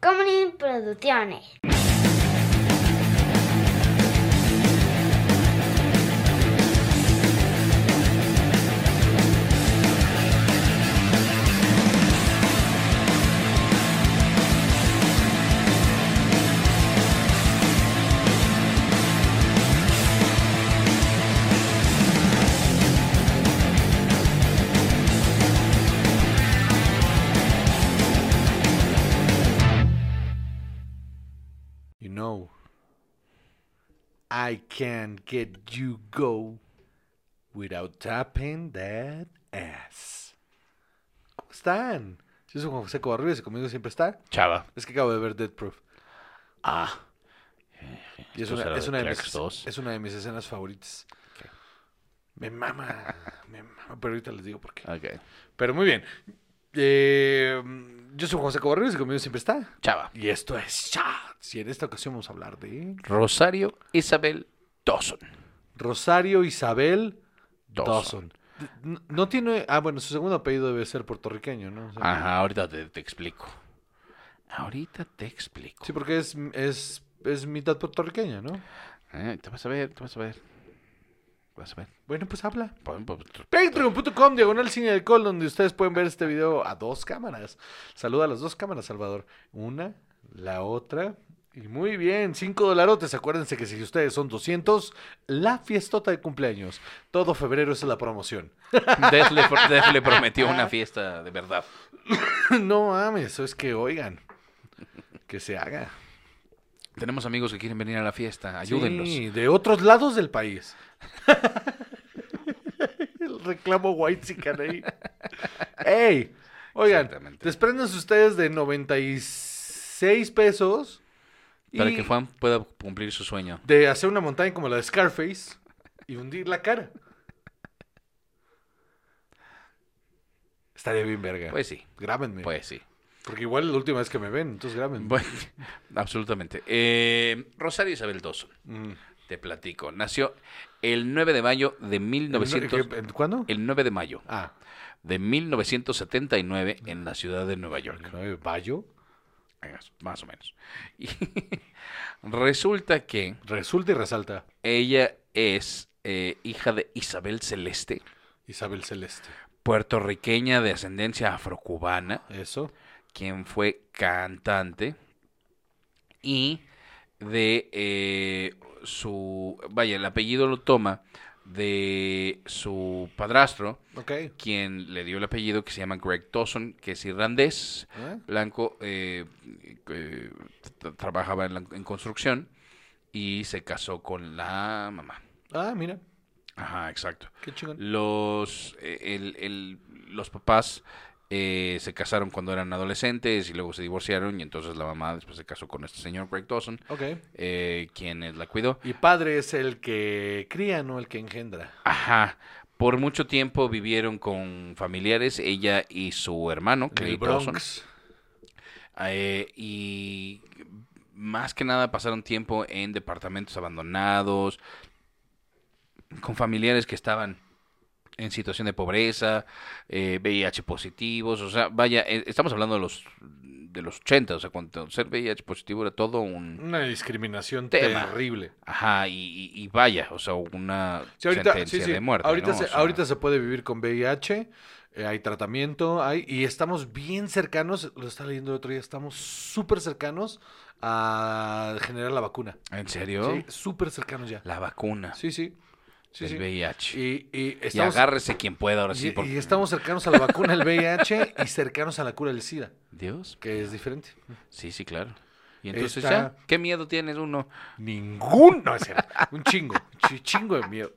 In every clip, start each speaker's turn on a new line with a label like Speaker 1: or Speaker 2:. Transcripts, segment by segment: Speaker 1: Comedy Producciones.
Speaker 2: You know, I can't get you go without tapping that ass. ¿Cómo están? Yo soy Juan José Covarrubias y conmigo siempre está.
Speaker 3: Chava.
Speaker 2: Es que acabo de ver Dead Proof.
Speaker 3: Ah.
Speaker 2: Y es
Speaker 3: Esto
Speaker 2: una,
Speaker 3: será
Speaker 2: es
Speaker 3: de
Speaker 2: una de
Speaker 3: Clerks
Speaker 2: mis,
Speaker 3: 2.
Speaker 2: es una de mis escenas favoritas. Me mama, me mama, pero ahorita les digo por qué.
Speaker 3: Ok.
Speaker 2: Pero muy bien. Eh, yo soy Juan José Covarrubias y conmigo siempre está.
Speaker 3: Chava.
Speaker 2: Y esto es Shots. Y en esta ocasión vamos a hablar de
Speaker 3: Rosario Isabel Dawson.
Speaker 2: Rosario Isabel Dawson.
Speaker 3: Dawson.
Speaker 2: No- No tiene. Ah, bueno, su segundo apellido debe ser puertorriqueño, ¿no? O sea,
Speaker 3: Ajá, ahorita te, te explico. Ahorita te explico.
Speaker 2: Sí, porque es, es, es mitad puertorriqueña, ¿no?
Speaker 3: Eh, te vas a ver, te vas a ver. Vas a ver.
Speaker 2: Bueno, pues habla.
Speaker 3: Pon- pon- tr-
Speaker 2: Patreon.com, diagonal cine alcohol, donde ustedes pueden ver este video a dos cámaras. Saluda a las dos cámaras, Salvador. Una, la otra. Y muy bien, 5 dolarotes. Acuérdense que si ustedes son 200, la fiestota de cumpleaños. Todo febrero es la promoción.
Speaker 3: Def le, pro- Def le prometió una fiesta de verdad.
Speaker 2: no mames, es que oigan. Que se haga.
Speaker 3: Tenemos amigos que quieren venir a la fiesta. Ayúdenlos.
Speaker 2: Sí, de otros lados del país. El reclamo white ahí. ¡Ey! Oigan,
Speaker 3: Exactamente.
Speaker 2: desprendanse ustedes de 96 pesos.
Speaker 3: Para
Speaker 2: y
Speaker 3: que Juan pueda cumplir su sueño.
Speaker 2: De hacer una montaña como la de Scarface y hundir la cara. Estaría bien, verga.
Speaker 3: Pues sí.
Speaker 2: grábenme.
Speaker 3: Pues sí.
Speaker 2: Porque igual es la última vez que me ven, entonces grábenme.
Speaker 3: Bueno, absolutamente. Eh, Rosario Isabel Dawson.
Speaker 2: Mm.
Speaker 3: Te platico. Nació el 9 de mayo de 1900.
Speaker 2: ¿Cuándo?
Speaker 3: El 9 de mayo
Speaker 2: Ah,
Speaker 3: de 1979 en la ciudad de Nueva York.
Speaker 2: ¿no? ¿Bayo?
Speaker 3: Más o menos. Y resulta que
Speaker 2: Resulta y resalta.
Speaker 3: ella es eh, hija de Isabel Celeste,
Speaker 2: Isabel Celeste.
Speaker 3: puertorriqueña de ascendencia afrocubana,
Speaker 2: Eso.
Speaker 3: quien fue cantante y de eh, su, vaya, el apellido lo toma de su padrastro,
Speaker 2: Ok.
Speaker 3: quien le dio el apellido que se llama Greg Dawson, que es irlandés,
Speaker 2: ¿Eh?
Speaker 3: Blanco eh, eh, tra- trabajaba en, la- en construcción y se casó con la mamá.
Speaker 2: Ah, mira.
Speaker 3: Ajá, exacto.
Speaker 2: Qué chingón.
Speaker 3: Los, eh, el- el- los papás eh, se casaron cuando eran adolescentes y luego se divorciaron y entonces la mamá después se casó con este señor Greg Dawson,
Speaker 2: Ok.
Speaker 3: eh, quien eh, la cuidó.
Speaker 2: Y padre es el que cría, no el que engendra.
Speaker 3: Ajá. Por mucho tiempo vivieron con familiares, ella y su hermano,
Speaker 2: En
Speaker 3: Clay
Speaker 2: el
Speaker 3: Dawson.
Speaker 2: Bronx.
Speaker 3: Eh, y más que nada pasaron tiempo en departamentos abandonados, con familiares que estaban en situación de pobreza, eh, VIH positivos, o sea, vaya, eh, estamos hablando de los de los 80, o sea, cuando ser VIH positivo era todo un...
Speaker 2: Una discriminación
Speaker 3: Tema.
Speaker 2: terrible.
Speaker 3: Ajá, y, y- y vaya, o sea, una
Speaker 2: Sí, ahorita,
Speaker 3: sentencia
Speaker 2: sí, sí.
Speaker 3: de muerte.
Speaker 2: ahorita,
Speaker 3: ¿no?
Speaker 2: se,
Speaker 3: O sea,
Speaker 2: ahorita se puede vivir con VIH, eh, hay tratamiento, hay, y estamos bien cercanos, lo estaba leyendo el otro día, estamos súper cercanos a generar la vacuna.
Speaker 3: ¿En serio?
Speaker 2: Sí, súper cercanos ya.
Speaker 3: La vacuna
Speaker 2: Sí, sí. Sí,
Speaker 3: del
Speaker 2: sí.
Speaker 3: VIH. Y,
Speaker 2: Y, y estamos,
Speaker 3: agárrese quien pueda ahora sí.
Speaker 2: y-
Speaker 3: porque-
Speaker 2: y estamos cercanos a la vacuna del VIH y cercanos a la cura del SIDA,
Speaker 3: Dios
Speaker 2: que es diferente.
Speaker 3: Sí, sí, claro. Y entonces
Speaker 2: Está-
Speaker 3: ya, ¿qué miedo tienes uno?
Speaker 2: Ningún. No, es cierto. Un chingo. chi- chingo de miedo.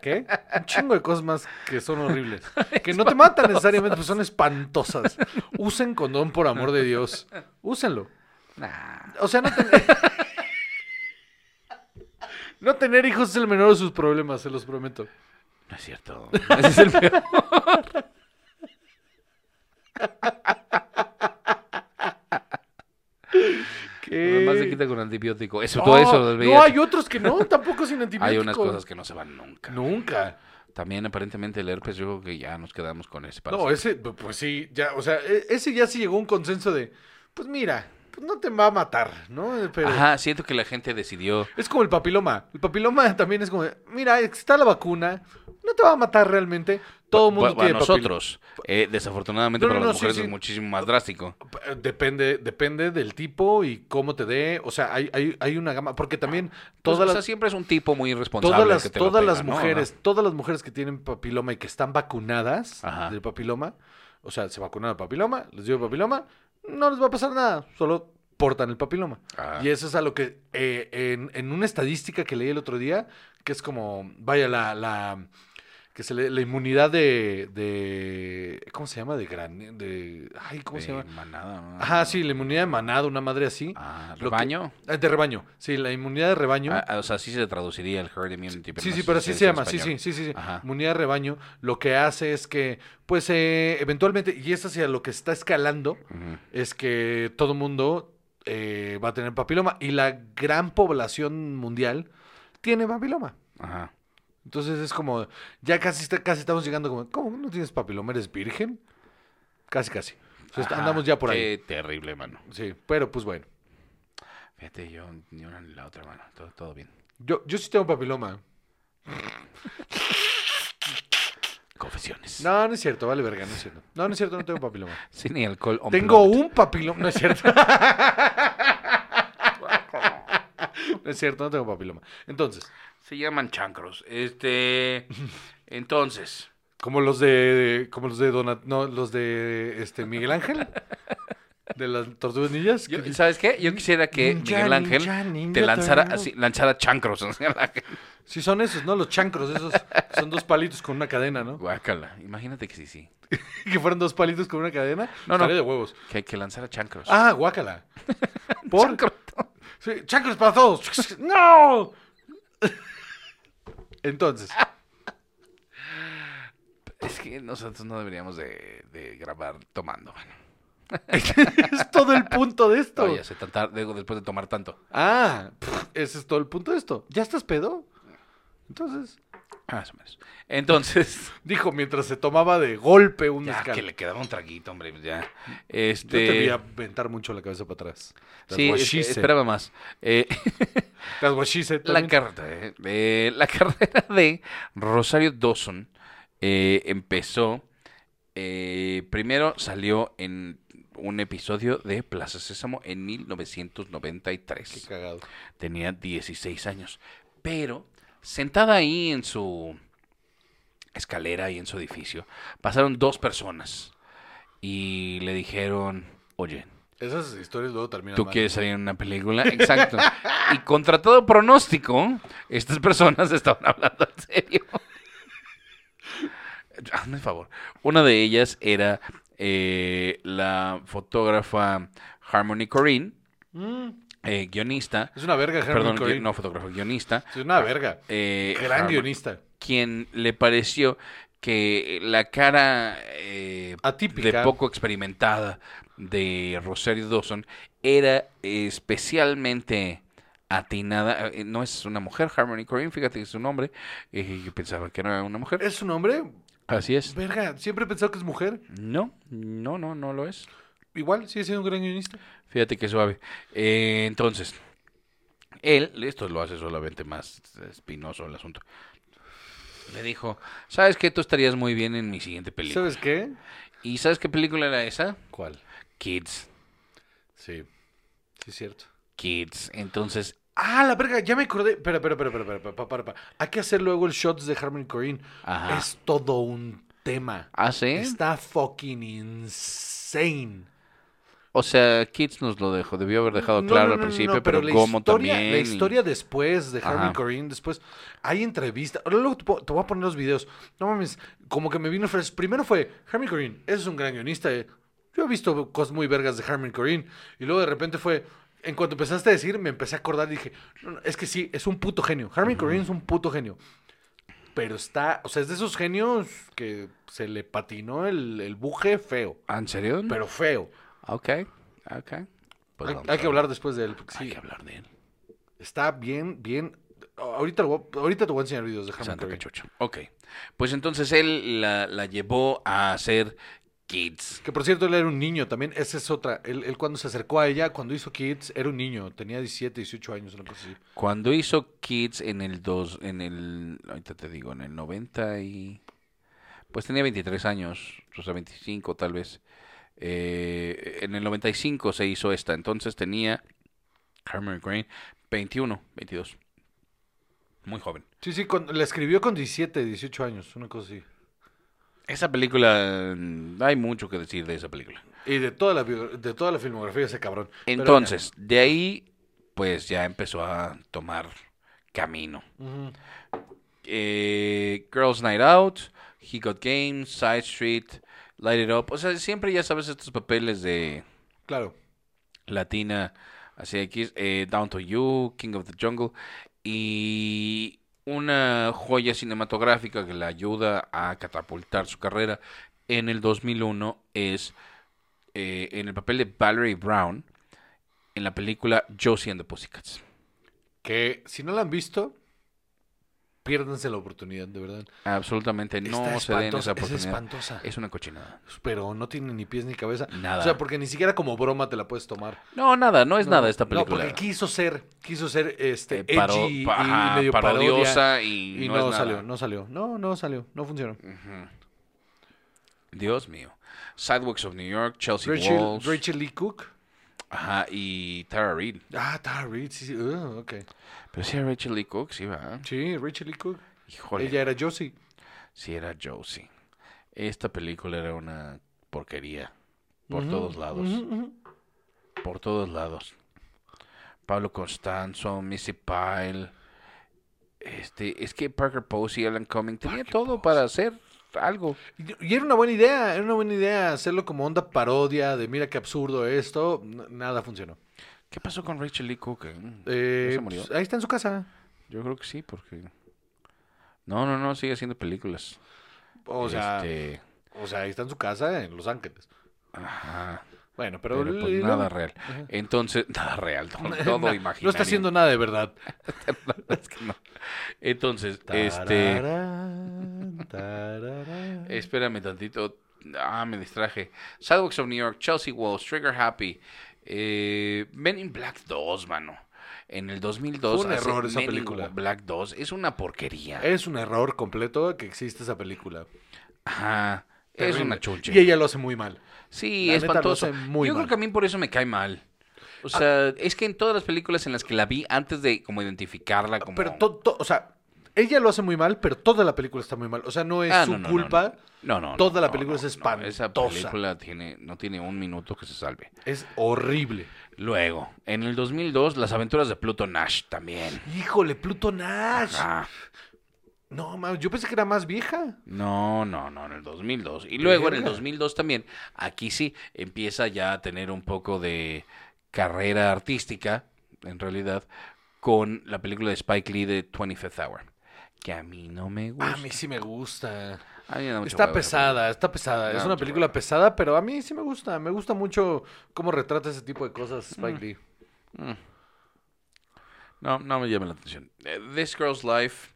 Speaker 2: ¿Qué? Un chingo de cosas más que son horribles. Que no te matan necesariamente, pues son espantosas. Usen condón, por amor de Dios. Úsenlo. O sea, no tener. No tener hijos es el menor de sus problemas, se los prometo.
Speaker 3: No es cierto. Ese es el peor. Además se
Speaker 2: Eh,
Speaker 3: quita con antibiótico. Eso,
Speaker 2: no,
Speaker 3: todo eso del
Speaker 2: No,
Speaker 3: VIH.
Speaker 2: hay otros que no, tampoco sin antibiótico.
Speaker 3: Hay unas cosas que no se van nunca.
Speaker 2: Nunca.
Speaker 3: También aparentemente el herpes, yo creo que ya nos quedamos con ese. para
Speaker 2: No,
Speaker 3: siempre.
Speaker 2: ese, pu- pues sí, ya, o sea, e- ese ya sí llegó a un consenso de, pues mira, pues no te va a matar, ¿no? Eh, Pero
Speaker 3: Ajá, siento que la gente decidió.
Speaker 2: es como el papiloma. El papiloma también es como, de, mira, está la vacuna, no te va a matar realmente. Todo el
Speaker 3: Bu-
Speaker 2: mundo
Speaker 3: bu- a
Speaker 2: tiene papiloma.
Speaker 3: nosotros. eh, desafortunadamente
Speaker 2: No,
Speaker 3: para
Speaker 2: no,
Speaker 3: las
Speaker 2: no, sí,
Speaker 3: mujeres
Speaker 2: sí.
Speaker 3: es muchísimo más drástico.
Speaker 2: P- eh, Depende, depende del tipo y cómo te dé. O sea, hay, hay, hay una gama. Porque también todas
Speaker 3: Pues, o sea,
Speaker 2: las,
Speaker 3: siempre es un tipo muy irresponsable.
Speaker 2: todas las,
Speaker 3: que te lo
Speaker 2: todas
Speaker 3: pega,
Speaker 2: las
Speaker 3: ¿no?
Speaker 2: mujeres, todas las mujeres que tienen papiloma y que están vacunadas
Speaker 3: Ajá.
Speaker 2: del papiloma, o sea, se vacunaron de papiloma, les dio papiloma, no les va a pasar nada, solo portan el papiloma.
Speaker 3: Ajá.
Speaker 2: Y eso es a lo que eh, en, en una estadística que leí el otro día, que es como, vaya, la, la que se le- la inmunidad de, de ¿cómo se llama? de gran de ay, ¿cómo se
Speaker 3: De
Speaker 2: llama?
Speaker 3: manada, ¿no?
Speaker 2: Ajá, sí, la inmunidad de manada, una madre así.
Speaker 3: Ah,
Speaker 2: Lo que-
Speaker 3: ¿rebaño?
Speaker 2: Ah, De rebaño. Sí, la inmunidad de rebaño.
Speaker 3: Ah, ah, o sea, sí se traduciría el herd
Speaker 2: sí,
Speaker 3: immunity. no
Speaker 2: sí,
Speaker 3: sé
Speaker 2: pero
Speaker 3: si
Speaker 2: así se
Speaker 3: dice en
Speaker 2: llama. Sí, sí,
Speaker 3: español.
Speaker 2: sí, sí, sí.
Speaker 3: Ajá.
Speaker 2: Inmunidad de rebaño lo que hace es que, pues, eh, eventualmente, y es hacia lo que está escalando,
Speaker 3: Ujú.
Speaker 2: es que todo mundo eh, va a tener papiloma y la gran población mundial tiene papiloma.
Speaker 3: Ajá.
Speaker 2: Entonces es como, ya casi, está- casi estamos llegando como, ¿cómo no tienes papiloma? ¿Eres virgen? Casi, casi. O sea, está-
Speaker 3: Ajá, eh.
Speaker 2: andamos ya por ahí.
Speaker 3: Qué terrible, mano.
Speaker 2: Sí, pero pues bueno.
Speaker 3: Fíjate, yo ni una ni la otra, mano. Todo, todo bien.
Speaker 2: Yo, yo sí tengo papiloma.
Speaker 3: Confesiones.
Speaker 2: No, no es cierto, vale verga, no es cierto. No, no es cierto, no tengo papiloma.
Speaker 3: Sin ni alcohol. on
Speaker 2: Tengo
Speaker 3: blood.
Speaker 2: un papiloma, no es cierto. No es cierto, no tengo papiloma. Entonces,
Speaker 3: Se llaman chancros. Este. Entonces.
Speaker 2: como los de como los de Donat, no, los de este Miguel Ángel de las tortugas ninjas.
Speaker 3: yo-
Speaker 2: que dice,
Speaker 3: ¿Sabes qué? Yo quisiera que
Speaker 2: Ninja,
Speaker 3: Miguel Ángel
Speaker 2: ninja, ninja,
Speaker 3: te lanzara
Speaker 2: torero.
Speaker 3: así, lanzara chancros. así a la gente.
Speaker 2: Sí son esos, no los chancros, esos son dos palitos con una cadena, ¿no?
Speaker 3: Guácala. Imagínate que sí, sí.
Speaker 2: Que fueron dos palitos con una cadena.
Speaker 3: No, no.
Speaker 2: estaría de huevos.
Speaker 3: Que hay que lanzar a chancros.
Speaker 2: Ah, guácala. Por
Speaker 3: Chancro.
Speaker 2: Sí, chancros para todos. No. Entonces,
Speaker 3: Es que nosotros no deberíamos de, de grabar tomando, mano.
Speaker 2: es todo el punto de esto.
Speaker 3: Oye, hace tan tarde, digo, después de tomar tanto.
Speaker 2: Ah, pf, ese es todo el punto de esto. ¿Ya estás pedo? Entonces,
Speaker 3: Más o menos. Entonces.
Speaker 2: dijo mientras se tomaba de golpe un
Speaker 3: Ya,
Speaker 2: mezcal.
Speaker 3: Ah, que le quedaba un traguito, hombre, ya.
Speaker 2: Yo te
Speaker 3: Este...
Speaker 2: voy a aventar mucho la cabeza para atrás. That's
Speaker 3: Sí,
Speaker 2: what
Speaker 3: es-
Speaker 2: she said.
Speaker 3: esperaba más. Eh,
Speaker 2: That's what she said
Speaker 3: la,
Speaker 2: también.
Speaker 3: carrera, eh, eh, la carrera de Rosario Dawson eh, empezó. eh, primero salió en un episodio de Plaza Sésamo en
Speaker 2: Qué
Speaker 3: 1993.
Speaker 2: cagado.
Speaker 3: Tenía 16 años. Pero sentada ahí en su escalera y en su edificio, pasaron dos personas y le dijeron, oye,
Speaker 2: Esas historias luego terminan
Speaker 3: Tú
Speaker 2: mal.
Speaker 3: quieres salir en una película, exacto. y contra todo pronóstico, estas personas estaban hablando en serio. Hazme el favor. Una de ellas era eh, la fotógrafa Harmony Corrine,
Speaker 2: Mm,
Speaker 3: eh, guionista.
Speaker 2: es una verga, Henry
Speaker 3: perdón,
Speaker 2: Corrin.
Speaker 3: gui- no fotógrafa, guionista.
Speaker 2: Es una verga.
Speaker 3: eh,
Speaker 2: Gran
Speaker 3: Harmon-
Speaker 2: guionista.
Speaker 3: Quien le pareció que la cara eh,
Speaker 2: Atípica.
Speaker 3: de poco experimentada de Rosario Dawson era especialmente atinada. Eh, No es una mujer, Harmony Corrine, fíjate que es un hombre. eh, yo pensaba que era una mujer.
Speaker 2: ¿Es un hombre?
Speaker 3: Así es.
Speaker 2: Verga, siempre he pensado que es mujer.
Speaker 3: No, no, no, no lo es.
Speaker 2: Igual, sigue siendo un gran guionista.
Speaker 3: Fíjate que suave. Eh, entonces, él, esto lo hace solamente más espinoso el asunto. Le dijo, ¿sabes qué? Tú estarías muy bien en mi siguiente película.
Speaker 2: ¿Sabes qué?
Speaker 3: ¿Y sabes qué película era esa?
Speaker 2: ¿Cuál?
Speaker 3: Kids.
Speaker 2: Sí. Sí, es cierto.
Speaker 3: Kids. Entonces,
Speaker 2: Ah, la verga, ya me acordé. Espera, espera, espera, espera, espera, pa, para, para. Hay que hacer luego el shots de Harmony Corrine.
Speaker 3: Ajá.
Speaker 2: Es todo un tema.
Speaker 3: ¿ah, sí?
Speaker 2: Está fucking insane.
Speaker 3: O sea, Kids nos lo dejó, debió haber dejado
Speaker 2: No,
Speaker 3: claro
Speaker 2: no,
Speaker 3: al
Speaker 2: no, no,
Speaker 3: principio,
Speaker 2: no,
Speaker 3: pero,
Speaker 2: la
Speaker 3: Gomo
Speaker 2: historia,
Speaker 3: también.
Speaker 2: La
Speaker 3: y-
Speaker 2: historia después de Harmony
Speaker 3: Ajá.
Speaker 2: Corrine, después hay entrevistas. Ahora luego te, po- te voy a poner los videos. No mames, como que me vino fresh. Primero fue Harmony Corrine, ese es un gran guionista. eh. Yo he visto cosas muy vergas de Harmony Corrine. Y luego de repente fue. En cuanto empezaste a decir, me empecé a acordar y dije, "No, no, es que sí, es un puto genio. Harmony Corrine es un puto genio. Pero está, o sea, es de esos genios que se le patinó el, el buje feo,
Speaker 3: Ah, ¿En serio?
Speaker 2: pero feo.
Speaker 3: Ok, ok. después.
Speaker 2: hay,
Speaker 3: Pues vamos
Speaker 2: hay que
Speaker 3: a-
Speaker 2: hablar después de él. porque
Speaker 3: Hay
Speaker 2: sí,
Speaker 3: que hablar de él.
Speaker 2: está bien, bien. Ahorita, lo voy a- ahorita te voy a enseñar videos de Harman
Speaker 3: Santa
Speaker 2: Kardon.
Speaker 3: Cachucha. Ok. Pues entonces él la, la llevó a hacer kids.
Speaker 2: Que por cierto, él era un niño también. Esa es otra. Él, él cuando se acercó a ella, cuando hizo Kids, era un niño. Tenía 17, 18 años, una cosa así.
Speaker 3: Cuando hizo kids en el 2, en el, ahorita te digo, en el 90 y... Pues tenía 23 años, o sea, 25 tal vez. Eh, en el 95 se hizo esta, entonces tenía Carmen Crane 21, 22. Muy joven.
Speaker 2: Sí, sí, cuando, la escribió con 17, 18 años, una cosa así.
Speaker 3: Esa película, mm, hay mucho que decir de esa película.
Speaker 2: Y de toda la, bio- de toda la filmografía de ese cabrón. Pero
Speaker 3: Entonces, de ahí, pues ya empezó a tomar camino.
Speaker 2: bueno, ujú.
Speaker 3: Eh, Girls Night Out, He Got Games, Side Street, Light It Up. O sea, siempre ya sabes estos papeles de
Speaker 2: Claro.
Speaker 3: latina, así aquí, eh, Down to You, King of the Jungle. Y una joya cinematográfica que le ayuda a catapultar su carrera en el 2001 es eh, en el papel de Valerie Brown en la película Josie and the Pussycats.
Speaker 2: Que si no la han visto, piérdanse la oportunidad, de verdad.
Speaker 3: Absolutamente
Speaker 2: Está
Speaker 3: no se den
Speaker 2: espantosa,
Speaker 3: esa
Speaker 2: Es
Speaker 3: oportunidad.
Speaker 2: espantosa.
Speaker 3: Es una cochinada.
Speaker 2: Pero no tiene ni pies ni cabeza.
Speaker 3: Nada.
Speaker 2: O sea, porque ni siquiera como broma te la puedes tomar.
Speaker 3: No, nada, no es
Speaker 2: No,
Speaker 3: nada esta
Speaker 2: No,
Speaker 3: película.
Speaker 2: porque quiso ser, quiso ser este,
Speaker 3: Eh, paro-
Speaker 2: edgy y-
Speaker 3: pa- ajá,
Speaker 2: y medio parodiosa.
Speaker 3: parodiosa y,
Speaker 2: Y
Speaker 3: no,
Speaker 2: no,
Speaker 3: es nada. Mm,
Speaker 2: salió, no salió. No, no salió. No funcionó.
Speaker 3: Ujú. Dios mío. Sidewalks of New York, Chelsea
Speaker 2: Rachel,
Speaker 3: Walls,
Speaker 2: Rachel Lee Cook.
Speaker 3: ajá, y Tara Reid.
Speaker 2: Ah, Tara Reid, sí, sí. uh, ok.
Speaker 3: Pero sí era Rachel Lee Cook, sí, va.
Speaker 2: Sí, Rachel Lee Cook.
Speaker 3: Híjole,
Speaker 2: Ella era Josie.
Speaker 3: sí era Josie. Esta película era una porquería. Por
Speaker 2: Ujú,
Speaker 3: todos lados.
Speaker 2: ujú, ujú.
Speaker 3: Por todos lados. Pablo Constanzo, Missy Pyle. Este, es que Parker Posey, Alan Cumming, tenía todo para hacer algo.
Speaker 2: Y- Y era una buena idea, era una buena idea hacerlo como onda parodia de mira qué absurdo esto. N- Nada funcionó.
Speaker 3: ¿Qué pasó con Rachel Lee Cook? eh? ¿No
Speaker 2: Eh,
Speaker 3: se murió?
Speaker 2: pues, ahí está en su casa.
Speaker 3: Yo creo que sí, porque... No, no, no, sigue haciendo películas.
Speaker 2: O sea,
Speaker 3: Este,
Speaker 2: o sea, ahí está en su casa en Los Ángeles.
Speaker 3: ajá,
Speaker 2: Bueno, pero,
Speaker 3: pero, pues,
Speaker 2: y luego-
Speaker 3: nada real.
Speaker 2: Ajá.
Speaker 3: Entonces, nada real, todo,
Speaker 2: Na-
Speaker 3: todo
Speaker 2: No
Speaker 3: imaginario.
Speaker 2: está haciendo nada de verdad.
Speaker 3: Es que no. Entonces, este...
Speaker 2: Tararán, tararán.
Speaker 3: Espérame tantito. Ah, me distraje. Sidewalks of New York, Chelsea Walls, Trigger Happy, eh, Men in Black 2, mano. En el 2002.
Speaker 2: Fue un
Speaker 3: hace
Speaker 2: error esa
Speaker 3: Men in
Speaker 2: película.
Speaker 3: Black 2 es una porquería.
Speaker 2: Es un error completo que existe esa película.
Speaker 3: Ajá. Es
Speaker 2: Terrible.
Speaker 3: una chunche.
Speaker 2: Y ella lo hace muy mal.
Speaker 3: Sí,
Speaker 2: La
Speaker 3: es
Speaker 2: neta, lo
Speaker 3: espantoso.
Speaker 2: hace muy
Speaker 3: Yo
Speaker 2: mal. Ah.
Speaker 3: creo que a mí por eso me cae mal. O sea, es que en todas las películas en las que la vi antes de como identificarla como...
Speaker 2: Pero todo, o sea, ella lo hace muy mal, pero toda la película está muy mal. O sea, no es
Speaker 3: Ah,
Speaker 2: su
Speaker 3: no, no, no,
Speaker 2: culpa.
Speaker 3: No, no, no,
Speaker 2: Toda la
Speaker 3: no,
Speaker 2: película
Speaker 3: no,
Speaker 2: es
Speaker 3: no. Esa
Speaker 2: espantosa.
Speaker 3: película tiene, no tiene un minuto que se salve.
Speaker 2: Es horrible.
Speaker 3: Luego, en el 2002, Las aventuras de Pluto Nash también.
Speaker 2: Híjole, Pluto Nash.
Speaker 3: Ajá.
Speaker 2: No, mames, yo pensé que era más vieja.
Speaker 3: No, no, no, en el 2002. Y luego en el
Speaker 2: Verga.
Speaker 3: 2002 también, aquí sí empieza ya a tener un poco de carrera artística, en realidad, con la película de Spike Lee de 25th Hour, que a mí no me gusta.
Speaker 2: A mí sí me gusta.
Speaker 3: A mí me da mucho
Speaker 2: Ah, Está
Speaker 3: hueva esa
Speaker 2: pesada, está pesada.
Speaker 3: Me da
Speaker 2: es una
Speaker 3: mucho
Speaker 2: película
Speaker 3: hueva.
Speaker 2: pesada, pero a mí sí me gusta. Me gusta mucho cómo retrata ese tipo de cosas Spike Lee.
Speaker 3: película. Mm. No, no me llama la atención. Eh, This Girl's Life,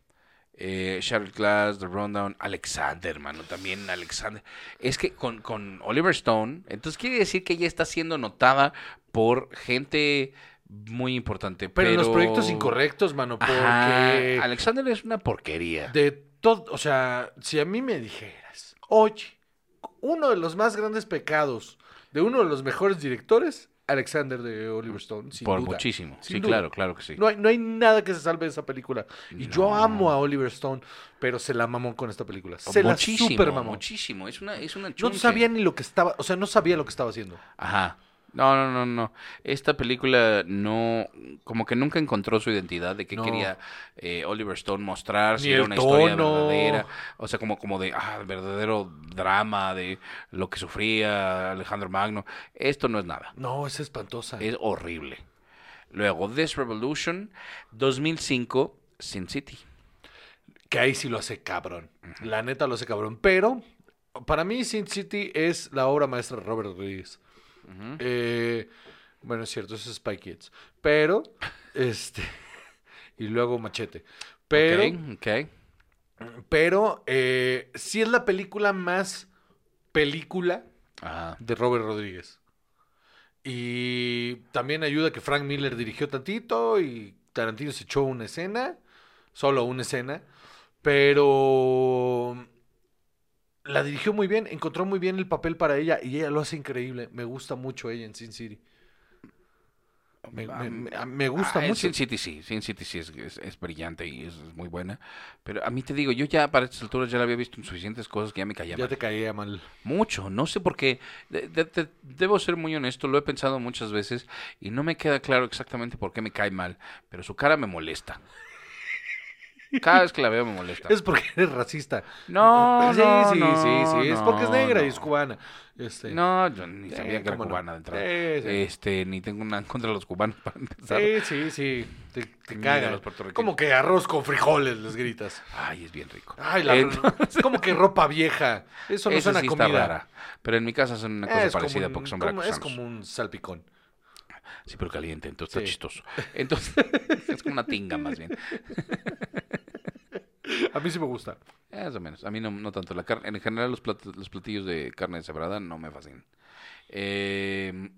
Speaker 3: eh, Shattered Glass, The Rundown, Alexander, hermano, también Alexander. Es que con, con Oliver Stone, entonces quiere decir que ella está siendo notada por gente muy importante.
Speaker 2: Pero,
Speaker 3: Pero,
Speaker 2: en los proyectos incorrectos, mano, porque
Speaker 3: Ajá, Alexander es una porquería.
Speaker 2: de todo, o sea, si a mí me dijeras, oye, uno de los más grandes pecados de uno de los mejores directores, Alexander de Oliver Stone, sin
Speaker 3: por
Speaker 2: duda.
Speaker 3: muchísimo.
Speaker 2: Sin
Speaker 3: sí,
Speaker 2: duda.
Speaker 3: claro, claro que sí.
Speaker 2: No hay, no hay nada que se salve de esa película. Y yo
Speaker 3: No.
Speaker 2: amo a Oliver Stone, pero se la mamó con esta película. Se
Speaker 3: muchísimo,
Speaker 2: la super mamó.
Speaker 3: muchísimo. Es una, es una
Speaker 2: No
Speaker 3: chunche.
Speaker 2: sabía ni lo que estaba, o sea, no sabía lo que estaba haciendo.
Speaker 3: Ajá. No, no, no, no. Esta película no, como que nunca encontró su identidad de qué
Speaker 2: No.
Speaker 3: quería eh, Oliver Stone mostrar, si
Speaker 2: Ni
Speaker 3: era
Speaker 2: el
Speaker 3: una historia
Speaker 2: tono.
Speaker 3: verdadera, o sea, como, como de ah, verdadero drama de lo que sufría Alejandro Magno. Esto no es nada.
Speaker 2: No, es espantosa.
Speaker 3: Es horrible. Luego, This Revolution, 2005, Sin City.
Speaker 2: Que ahí sí lo hace cabrón. La neta lo hace cabrón. Pero para mí Sin City es la obra maestra de Robert Rodriguez. Eh, Bueno, es cierto, eso es Spy Kids. Pero, este. Y luego Machete. Pero,
Speaker 3: Ok, ok.
Speaker 2: pero eh, sí es la película más película
Speaker 3: Ajá.
Speaker 2: de Robert Rodríguez. Y también ayuda que Frank Miller dirigió tantito y Tarantino se echó una escena, solo una escena, pero la dirigió muy bien, encontró muy bien el papel para ella y ella lo hace increíble. Me gusta mucho ella en Sin City. Me, me- me- me gusta
Speaker 3: Ah, en
Speaker 2: mucho.
Speaker 3: Sin City sí, Sin City sí es, es- es brillante y es, es muy buena. Pero a mí te digo, yo ya para estas alturas ya la había visto en suficientes cosas que ya me callaba.
Speaker 2: Ya te caía mal.
Speaker 3: Mucho, no sé por qué. De- de- de- debo ser muy honesto, lo he pensado muchas veces y no me queda claro exactamente por qué me cae mal, pero su cara me molesta. Cada vez que la veo me molesta.
Speaker 2: Es porque eres racista.
Speaker 3: No,
Speaker 2: sí,
Speaker 3: no,
Speaker 2: sí,
Speaker 3: no,
Speaker 2: sí, sí. Es porque es
Speaker 3: no,
Speaker 2: negra y
Speaker 3: no.
Speaker 2: es cubana. Este,
Speaker 3: No, yo ni
Speaker 2: Sí,
Speaker 3: sabía que era
Speaker 2: cómo no.
Speaker 3: cubana de entrada.
Speaker 2: Sí, sí.
Speaker 3: Este, ni tengo nada en contra de los cubanos para empezar.
Speaker 2: Sí, sí, sí. Te, te
Speaker 3: Ni de
Speaker 2: cagan.
Speaker 3: los puertorriqueños.
Speaker 2: Como que arroz con frijoles, les gritas.
Speaker 3: Ay, es bien rico.
Speaker 2: Ay, la
Speaker 3: Entonces-
Speaker 2: Como que ropa vieja. Eso no
Speaker 3: Esa
Speaker 2: suena
Speaker 3: sí
Speaker 2: a
Speaker 3: está
Speaker 2: comida.
Speaker 3: rara, Pero en mi casa son una
Speaker 2: Ah,
Speaker 3: cosa
Speaker 2: es como
Speaker 3: parecida
Speaker 2: un-
Speaker 3: porque son
Speaker 2: como- Es
Speaker 3: bracosanos.
Speaker 2: como un salpicón.
Speaker 3: Sí, pero caliente, entonces
Speaker 2: Sí.
Speaker 3: está chistoso. Entonces, es como una tinga más bien.
Speaker 2: A mí sí me gusta.
Speaker 3: Más o menos. A mí no, no tanto la carne. En general, los, plat- los platillos de carne deshebrada no me fascinan. Eh,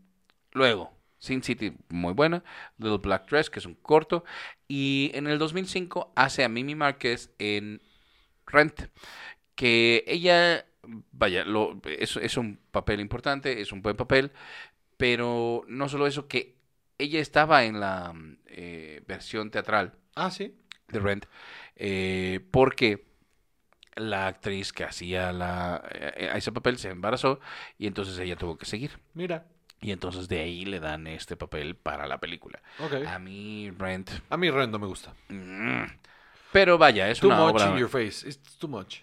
Speaker 3: luego, Sin City, muy buena. Little Black Dress, que es un corto. Y en el 2005 hace a Mimi Márquez en Rent. Que ella, vaya, lo, es, es un papel importante, es un buen papel. Pero no solo eso, que ella estaba en la eh, versión teatral
Speaker 2: Ah, sí.
Speaker 3: de Rent, eh, porque la actriz que hacía la, eh, a ese papel se embarazó y entonces ella tuvo que seguir.
Speaker 2: Mira.
Speaker 3: Y entonces de ahí le dan este papel para la película.
Speaker 2: Ok.
Speaker 3: A mí, Rent.
Speaker 2: A mí Ren no me gusta.
Speaker 3: mm, pero vaya, es
Speaker 2: Too
Speaker 3: una
Speaker 2: much
Speaker 3: obra.
Speaker 2: in your face. It's too much.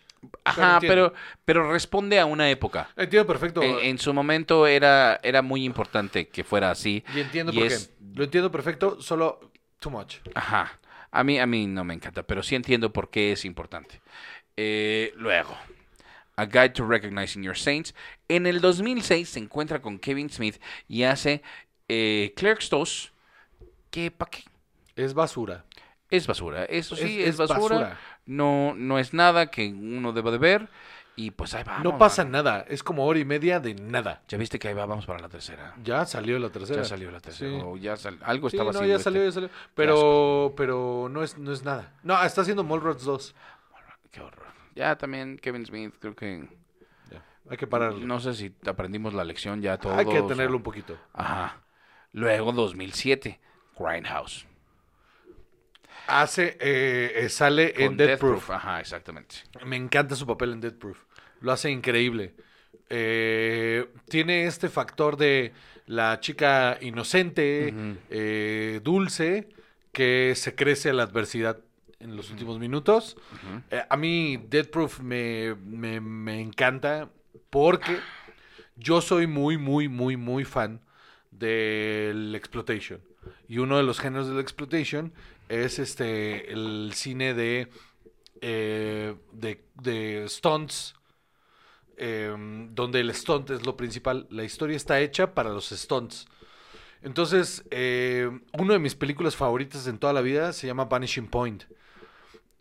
Speaker 3: Ajá,
Speaker 2: entiendo.
Speaker 3: pero, pero responde a una época.
Speaker 2: Entiendo perfecto.
Speaker 3: En, en su momento era, era muy importante que fuera así.
Speaker 2: Y entiendo
Speaker 3: y
Speaker 2: por
Speaker 3: es-
Speaker 2: qué. Lo entiendo perfecto, solo too much.
Speaker 3: Ajá. A mí, a mí no me encanta, pero sí entiendo por qué es importante. Eh, luego, A Guide to Recognizing Your Saints. En el 2006 se encuentra con Kevin Smith y hace eh, Clerks 2, que pa' qué.
Speaker 2: Es basura.
Speaker 3: Es basura. Eso Pues sí, es,
Speaker 2: Es- es
Speaker 3: basura.
Speaker 2: basura.
Speaker 3: No, no es nada que uno deba de ver. Y pues ahí vamos.
Speaker 2: no pasa
Speaker 3: mano.
Speaker 2: nada. Es como hora y media de nada.
Speaker 3: Ya viste que ahí va, vamos para la tercera.
Speaker 2: Ya salió la tercera.
Speaker 3: Ya salió la tercera.
Speaker 2: Sí.
Speaker 3: o ya sal- algo
Speaker 2: Sí, no,
Speaker 3: estaba haciendo
Speaker 2: ya
Speaker 3: este-
Speaker 2: salió, ya salió. Pero, pero no es, no es nada. No, está haciendo Mallrats 2.
Speaker 3: Qué horror. Ya también Kevin Smith, creo que...
Speaker 2: Hay que pararlo.
Speaker 3: No sé si aprendimos la lección ya todos.
Speaker 2: Hay que tenerlo un poquito.
Speaker 3: Ajá. Luego 2007, Grindhouse.
Speaker 2: Hace, eh, eh, sale en
Speaker 3: con
Speaker 2: Dead,
Speaker 3: Death
Speaker 2: Proof.
Speaker 3: Ajá, exactamente.
Speaker 2: Me encanta su papel en Dead Proof. Lo hace increíble. Eh, tiene este factor de la chica inocente,
Speaker 3: Ujú.
Speaker 2: eh, dulce, que se crece a la adversidad en los últimos minutos.
Speaker 3: Ujú.
Speaker 2: Eh, a mí Dead Proof me, me- me encanta porque yo soy muy, muy, muy, muy fan del exploitation. Y uno de los géneros del exploitation es este el cine de, eh, de, de stunts, em, donde el stunt es lo principal. La historia está hecha para los stunts. Entonces, eh, una de mis películas favoritas en toda la vida se llama Vanishing Point.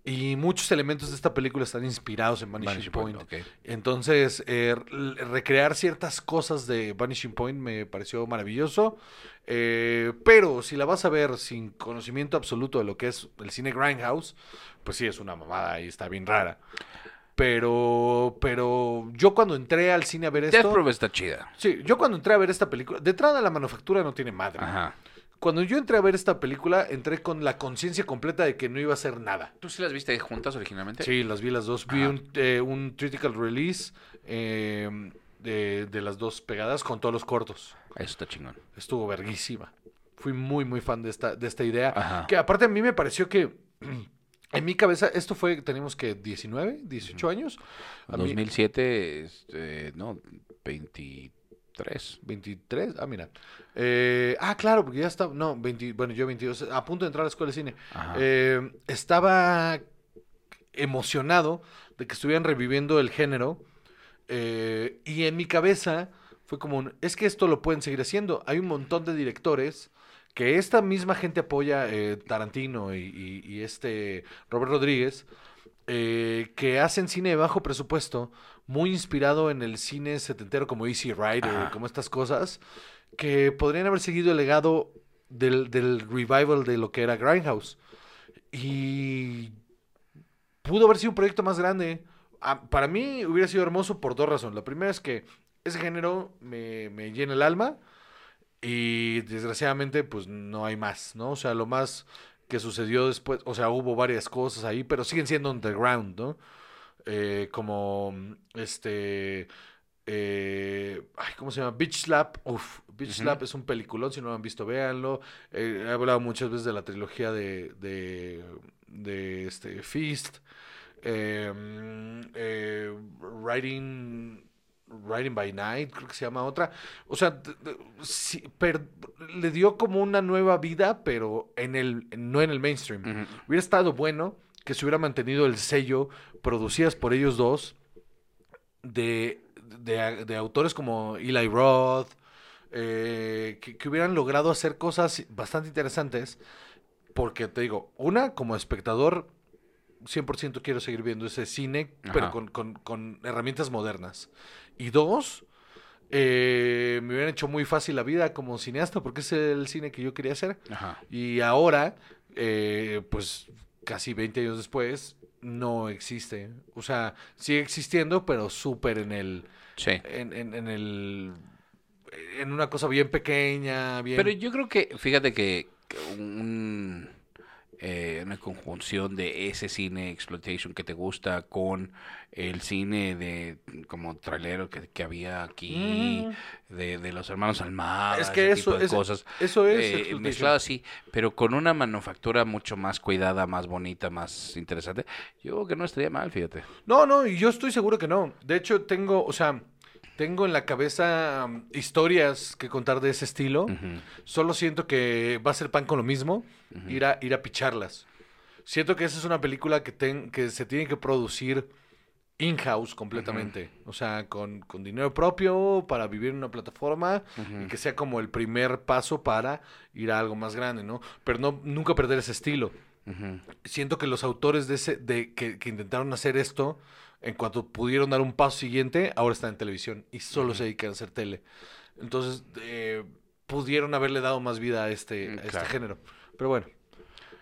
Speaker 2: Y muchos elementos de esta película están inspirados en Vanishing,
Speaker 3: Vanishing Point,
Speaker 2: Point.
Speaker 3: ok.
Speaker 2: Entonces, eh, l- recrear ciertas cosas de Vanishing Point me pareció maravilloso. Eh, pero si la vas a ver sin conocimiento absoluto de lo que es el cine Grindhouse, pues sí, es una mamada y está bien rara. Pero, pero yo cuando entré al cine a ver
Speaker 3: Death
Speaker 2: esto...
Speaker 3: Proof está chida.
Speaker 2: Sí, yo cuando entré a ver esta película, de entrada la manufactura no tiene madre.
Speaker 3: Ajá.
Speaker 2: Cuando yo entré a ver esta película, entré con la conciencia completa de que no iba a hacer nada.
Speaker 3: ¿Tú sí las viste juntas originalmente?
Speaker 2: Sí, las vi las dos. Vi
Speaker 3: Ajá.
Speaker 2: un, eh, un critical release eh, de, de las dos pegadas con todos los cortos.
Speaker 3: Eso está chingón.
Speaker 2: Estuvo verguísima. Fui muy, muy fan de esta, de esta idea.
Speaker 3: Ajá.
Speaker 2: Que aparte a mí me pareció que en mi cabeza, esto fue, tenemos que 19, 18 años. A mí-
Speaker 3: 2007, este, no, 23.
Speaker 2: 23, ah, mira. Eh, ah, claro, porque ya estaba, no, 20, bueno, yo 22, a punto de entrar a la escuela de cine.
Speaker 3: Ajá.
Speaker 2: Eh, estaba emocionado de que estuvieran reviviendo el género eh, y en mi cabeza fue Fue como, un, es que esto lo pueden seguir haciendo. Hay un montón de directores que esta misma gente apoya, eh, Tarantino y, y- y este Robert Rodríguez, eh, que hacen cine de bajo presupuesto, muy inspirado en el cine setentero como Easy Rider,
Speaker 3: Ajá.
Speaker 2: como estas cosas, que podrían haber seguido el legado del, del revival de lo que era Grindhouse. Y pudo haber sido un proyecto más grande. Ah, para mí hubiera sido hermoso por dos razones. La primera es que ese género me, me llena el alma y desgraciadamente pues no hay más, ¿no? O sea, lo más que sucedió después, o sea, hubo varias cosas ahí, pero siguen siendo underground, ¿no? Eh, como mm, este... eh, ay, ¿Cómo se llama? Beach Slap. Uf, Beach
Speaker 3: Ujú.
Speaker 2: Slap es un peliculón. Si no lo han visto, véanlo. Eh, he hablado muchas veces de la trilogía de, de, de, este, Feast. Eh, mm, eh, Riding, Riding by Night, creo que se llama otra. O sea, t- t- sí, per- le dio como una nueva vida, pero en el, no en el mainstream.
Speaker 3: Ujú.
Speaker 2: Hubiera estado bueno que se hubiera mantenido el sello producidas por ellos dos de, de- de autores como Eli Roth, eh, que, que hubieran logrado hacer cosas bastante interesantes. Porque te digo, una, como espectador, 100% quiero seguir viendo ese cine, pero
Speaker 3: Ajá.
Speaker 2: con, con- con herramientas modernas. Y dos, eh, me hubieran hecho muy fácil la vida como cineasta, porque es el cine que yo quería hacer.
Speaker 3: Ajá.
Speaker 2: Y ahora, eh, pues casi 20 años después, no existe. O sea, sigue existiendo, pero súper en el.
Speaker 3: Sí.
Speaker 2: En, en- en el. En una cosa bien pequeña, bien.
Speaker 3: Pero yo creo que, fíjate que que un, eh, una conjunción de ese cine exploitation que te gusta con el cine de como trailero que, que había aquí, de, de los hermanos Almada,
Speaker 2: Mm. es que
Speaker 3: ese tipo
Speaker 2: eso,
Speaker 3: de
Speaker 2: es,
Speaker 3: cosas.
Speaker 2: eso es.
Speaker 3: eh,
Speaker 2: explotación.
Speaker 3: mezclado así, pero con una manufactura mucho más cuidada, más bonita, más interesante. Yo creo que no estaría mal, fíjate.
Speaker 2: No, no, y yo estoy seguro que no. De hecho, tengo, o sea, tengo en la cabeza mm, historias que contar de ese estilo.
Speaker 3: Ujú.
Speaker 2: Solo siento que va a ser pan con lo mismo,
Speaker 3: Ujú.
Speaker 2: ir, a, ir a picharlas. Siento que esa es una película que, ten- que se tiene que producir in-house completamente. O sea, con, con dinero propio, para vivir en una plataforma y
Speaker 3: Ujú.
Speaker 2: que sea como el primer paso para ir a algo más grande, ¿no? Pero no, nunca perder ese estilo.
Speaker 3: Ujú.
Speaker 2: Siento que los autores de ese, de, que, que intentaron hacer esto, en cuanto pudieron dar un paso siguiente, ahora están en televisión y solo se dedican a hacer tele. Entonces, eh, pudieron haberle dado más vida a este,
Speaker 3: Mm,
Speaker 2: a este
Speaker 3: claro.
Speaker 2: género. Pero bueno,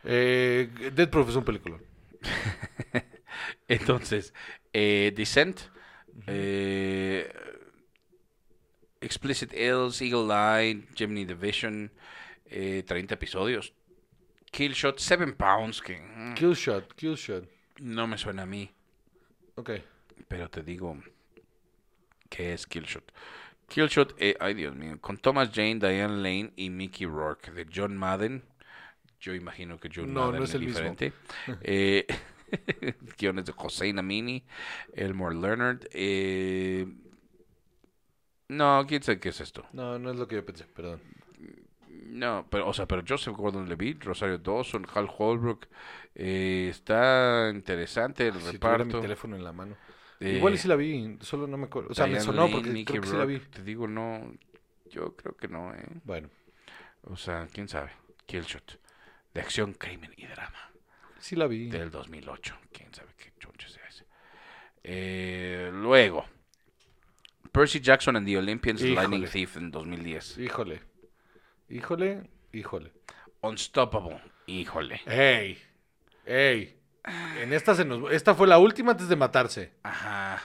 Speaker 2: eh, Dead Proof es un película.
Speaker 3: Mm. Entonces, eh, Descent, eh, Explicit Ills, Eagle Eye, Gemini Division, eh, 30 episodios. Killshot, 7 Pounds, que mm,
Speaker 2: Kill Shot, Kill Shot.
Speaker 3: no me suena a mí,
Speaker 2: Ok.
Speaker 3: pero te digo que es Killshot. Killshot, eh, ay Dios mío, con Thomas Jane, Diane Lane y Mickey Rourke, de John Madden. Yo imagino que John
Speaker 2: No, no
Speaker 3: Madden
Speaker 2: es
Speaker 3: es,
Speaker 2: el mismo.
Speaker 3: diferente. Eh, guiones de José Namini, Elmore Leonard. eh, no, quién sabe qué es esto.
Speaker 2: No, no es lo que yo pensé, perdón.
Speaker 3: No, pero, o sea, pero Joseph Gordon-Levitt, Rosario Dawson, Hal Holbrook. eh, está interesante el
Speaker 2: Si tuviera mi
Speaker 3: reparto.
Speaker 2: teléfono en la mano.
Speaker 3: eh,
Speaker 2: Igual y sí la vi, solo no me acuerdo. O sea, me
Speaker 3: Diane
Speaker 2: sonó
Speaker 3: Lane,
Speaker 2: porque
Speaker 3: Mickey
Speaker 2: creo que sí la vi.
Speaker 3: Rourke, Te digo, no, yo creo que no, ¿eh?
Speaker 2: Bueno,
Speaker 3: O sea, quién sabe. Killshot. De acción, crimen y drama.
Speaker 2: sí la vi.
Speaker 3: Del 2008. Quién sabe qué chonche sea ese. Eh, luego. Percy Jackson and the Olympians Lightning
Speaker 2: Híjole.
Speaker 3: Thief en 2010.
Speaker 2: Híjole. Híjole, híjole.
Speaker 3: Unstoppable. Híjole.
Speaker 2: ¡Ey! ¡Ey! En esta se nos... Esta fue la última antes de matarse.
Speaker 3: Ajá.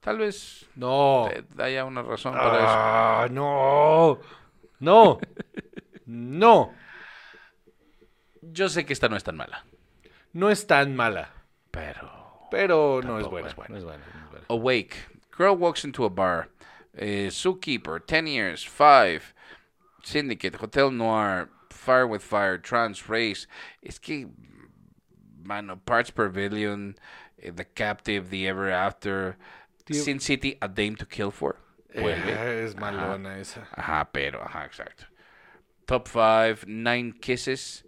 Speaker 3: Tal vez
Speaker 2: No.
Speaker 3: te- haya una razón para
Speaker 2: Oh.
Speaker 3: eso.
Speaker 2: Ah, no. No. No.
Speaker 3: Yo sé que esta no es tan mala.
Speaker 2: No es tan mala.
Speaker 3: Pero.
Speaker 2: Pero no es
Speaker 3: Tampoco
Speaker 2: buena.
Speaker 3: es buena.
Speaker 2: No es buena. no es buena.
Speaker 3: Awake. Girl walks into a bar. Eh, Zookeeper. Ten years. Five. Syndicate. Hotel Noir. Fire with Fire. Trans Race. Es que. Mano. Parts Pavilion. eh, The Captive. The Ever After.
Speaker 2: Tío.
Speaker 3: Sin City. A Dame to Kill For. Vuelve.
Speaker 2: Eh, es malona esa.
Speaker 3: Ajá, pero. Ajá, exacto. Top 5. Nine Kisses.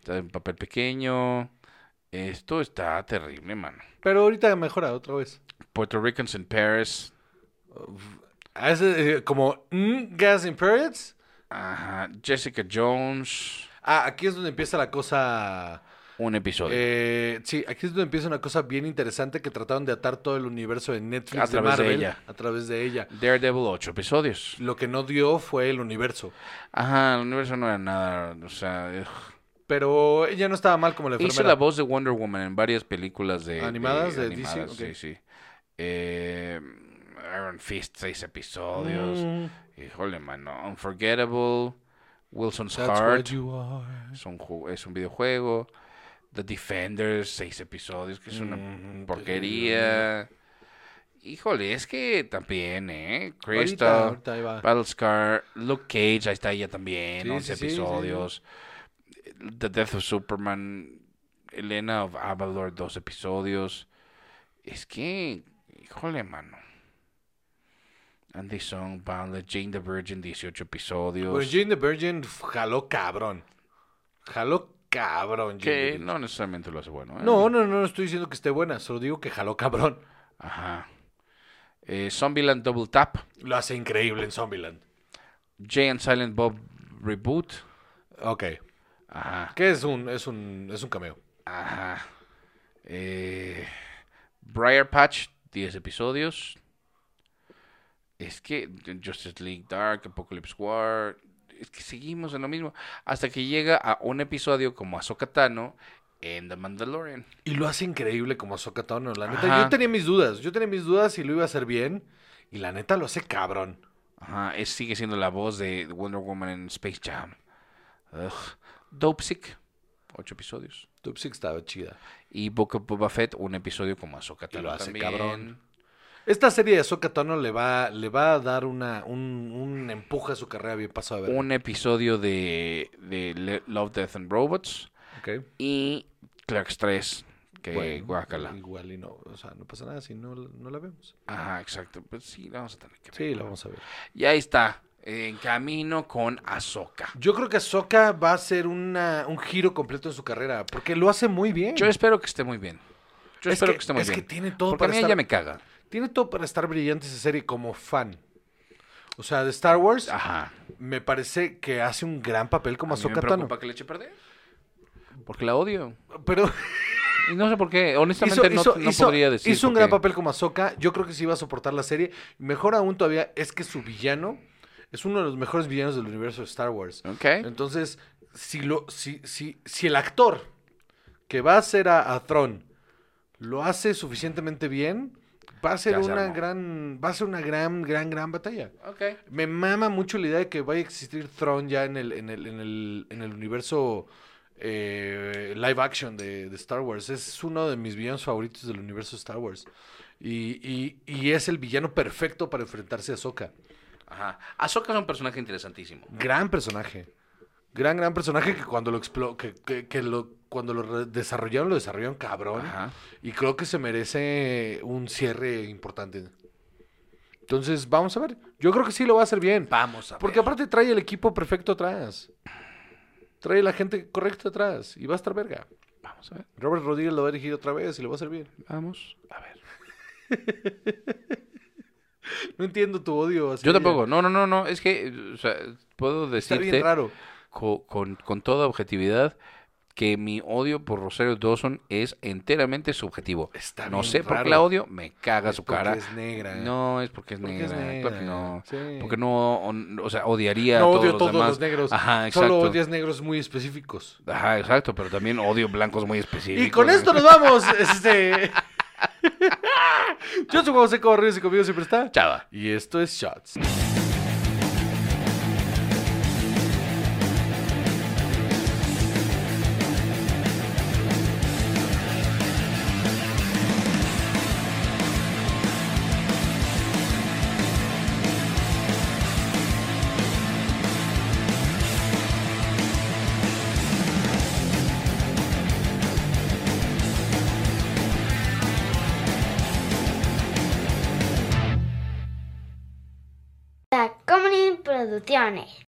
Speaker 3: Está en papel pequeño. Esto está terrible, mano.
Speaker 2: Pero ahorita mejora otra vez.
Speaker 3: Puerto Ricans in Paris.
Speaker 2: Ah, ese, eh, como mm, Gas in Periods.
Speaker 3: Ajá, Jessica Jones,
Speaker 2: Ah, aquí es donde empieza la cosa.
Speaker 3: un episodio.
Speaker 2: eh, sí, aquí es donde empieza una cosa bien interesante que trataron de atar todo el universo de Netflix
Speaker 3: A
Speaker 2: de
Speaker 3: través de
Speaker 2: Marvel
Speaker 3: ella.
Speaker 2: a través de ella.
Speaker 3: Daredevil, ocho episodios.
Speaker 2: Lo que no dio fue el universo.
Speaker 3: Ajá, el universo no era nada, o sea... ugh.
Speaker 2: Pero ella no estaba mal como la
Speaker 3: Hizo
Speaker 2: enfermera.
Speaker 3: la voz de Wonder Woman en varias películas de...
Speaker 2: ¿Animadas de DC?
Speaker 3: animadas,
Speaker 2: Ok.
Speaker 3: Sí, sí. Eh, Iron Fist, seis episodios.
Speaker 2: Mm,
Speaker 3: Híjole, mano. Unforgettable. Wilson's
Speaker 2: that's what
Speaker 3: Heart.
Speaker 2: you are.
Speaker 3: Es un, ju- es un videojuego. The Defenders, seis episodios, que es una
Speaker 2: Mm,
Speaker 3: porquería. Híjole, es que también, ¿eh?
Speaker 2: Ahorita,
Speaker 3: Crystal,
Speaker 2: ahorita ahí va.
Speaker 3: Battlescar, Luke Cage, ahí está ella también,
Speaker 2: Sí,
Speaker 3: 11
Speaker 2: sí, sí, sí, sí.
Speaker 3: episodios. The Death of Superman, Elena of Avalor, dos episodios. Es que, híjole, mano. Andy Song, Boundless, Jane the Virgin, 18 episodios.
Speaker 2: Pues Jane the Virgin f- jaló cabrón. Jaló cabrón. Jane the
Speaker 3: Que
Speaker 2: Virgin.
Speaker 3: no necesariamente lo hace bueno. ¿eh?
Speaker 2: No, no, no, no estoy diciendo que esté buena, solo digo que jaló cabrón.
Speaker 3: Ajá. Eh, Zombieland Double Tap.
Speaker 2: Lo hace increíble en Zombieland.
Speaker 3: Jay and Silent Bob Reboot.
Speaker 2: Ok.
Speaker 3: Ajá.
Speaker 2: Que es un, es un, es un cameo.
Speaker 3: Ajá. Eh, Briar Patch, 10 episodios. Es que Justice League Dark, Apocalypse War. Es que seguimos en lo mismo. Hasta que llega a un episodio como Ahsoka Tano en The Mandalorian.
Speaker 2: Y lo hace increíble como Ahsoka Tano, la neta.
Speaker 3: Ajá.
Speaker 2: Yo tenía mis dudas, yo tenía mis dudas si lo iba a hacer bien. Y la neta lo hace cabrón.
Speaker 3: Ajá. es- sigue siendo la voz de Wonder Woman en Space Jam. Ugh. Dope Sick, 8 episodios.
Speaker 2: Tub Six estaba chida.
Speaker 3: Y Book of Boba Fett, un episodio como Ahsoka
Speaker 2: Y lo
Speaker 3: Tano
Speaker 2: hace
Speaker 3: también.
Speaker 2: cabrón. Esta serie de Ahsoka Tano le va, le va a dar una, un, un empuje a su carrera bien pasado a ver.
Speaker 3: Un episodio de, de Le- Love, Death and Robots.
Speaker 2: Ok.
Speaker 3: Y Clerks 3, que
Speaker 2: Bueno,
Speaker 3: guácala.
Speaker 2: Igual y no, o sea, no pasa nada si no, no la vemos.
Speaker 3: Ajá, exacto. Pues sí, la vamos a tener que ver.
Speaker 2: Sí, la vamos a ver.
Speaker 3: Y ahí está, en camino con Ahsoka.
Speaker 2: Yo creo que Ahsoka va a ser una, un giro completo en su carrera, porque lo hace muy bien.
Speaker 3: Yo espero que esté muy bien. Yo
Speaker 2: Es
Speaker 3: espero
Speaker 2: que-
Speaker 3: que, esté muy
Speaker 2: es
Speaker 3: bien.
Speaker 2: que tiene todo
Speaker 3: Porque
Speaker 2: para
Speaker 3: a mí
Speaker 2: estar-
Speaker 3: ella me caga.
Speaker 2: Tiene todo para estar brillante esa serie como fan. O sea, de Star Wars,
Speaker 3: Ajá.
Speaker 2: me parece que hace un gran papel como
Speaker 3: Ah. A mí me
Speaker 2: Ahsoka Tano.
Speaker 3: preocupa que le eche a perder. Porque la odio.
Speaker 2: Pero
Speaker 3: Y no sé por qué.
Speaker 2: hizo,
Speaker 3: Honestamente, no,
Speaker 2: hizo-
Speaker 3: no
Speaker 2: hizo-
Speaker 3: podría decir.
Speaker 2: hizo un
Speaker 3: por
Speaker 2: gran
Speaker 3: qué.
Speaker 2: papel como Ahsoka. Yo creo que sí va a soportar la serie. Mejor aún todavía es que su villano es uno de los mejores villanos del universo de Star Wars.
Speaker 3: Ok.
Speaker 2: Entonces, si, lo, si, si, si el actor que va a ser a, a Thrawn lo hace suficientemente bien, va a ser
Speaker 3: Ya se
Speaker 2: una
Speaker 3: armó.
Speaker 2: gran, va a ser una gran, gran, gran batalla.
Speaker 3: Ok.
Speaker 2: Me mama mucho la idea de que vaya a existir Thrawn ya en el, en el, en el, en el universo eh, live action de, de Star Wars. Es uno de mis villanos favoritos del universo Star Wars. Y, y- y es el villano perfecto para enfrentarse a Ahsoka.
Speaker 3: Ajá. Ahsoka es un personaje interesantísimo.
Speaker 2: Gran personaje. Gran, gran personaje que cuando lo explo- que, que- que lo, cuando lo re- desarrollaron, lo desarrollaron cabrón.
Speaker 3: Ajá.
Speaker 2: Y creo que se merece un cierre importante. Entonces, vamos a ver. Yo creo que sí lo va a hacer bien.
Speaker 3: Vamos a
Speaker 2: Porque
Speaker 3: ver.
Speaker 2: aparte trae el equipo perfecto atrás. Trae la gente correcta atrás. Y va a estar verga.
Speaker 3: Vamos a ver.
Speaker 2: Robert Rodríguez lo va a dirigir otra vez y lo va a hacer bien.
Speaker 3: Vamos a ver.
Speaker 2: No entiendo tu odio. hacia
Speaker 3: Yo
Speaker 2: ella.
Speaker 3: tampoco. No, no, no, no. Es que o sea, puedo
Speaker 2: Está
Speaker 3: decirte
Speaker 2: bien raro.
Speaker 3: co- con, con toda objetividad que mi odio por Rosario Dawson es enteramente subjetivo.
Speaker 2: Está
Speaker 3: no
Speaker 2: bien
Speaker 3: sé por qué
Speaker 2: raro.
Speaker 3: la odio, me caga
Speaker 2: Es
Speaker 3: su
Speaker 2: porque
Speaker 3: cara.
Speaker 2: es negra.
Speaker 3: No, es porque es
Speaker 2: Porque
Speaker 3: negra.
Speaker 2: es
Speaker 3: Claro
Speaker 2: negra,
Speaker 3: que no.
Speaker 2: sí.
Speaker 3: Porque no, o, o sea, odiaría a
Speaker 2: No
Speaker 3: todos
Speaker 2: odio
Speaker 3: los
Speaker 2: todos
Speaker 3: demás.
Speaker 2: los negros.
Speaker 3: Ajá, exacto.
Speaker 2: Solo odias negros muy específicos.
Speaker 3: Ajá, exacto, pero también odio blancos muy específicos.
Speaker 2: Y con esto nos vamos. este... Yo soy Juan José Cabarrés y conmigo siempre está.
Speaker 3: Chava.
Speaker 2: Y esto es Shots.
Speaker 1: Tacomunin Producciones.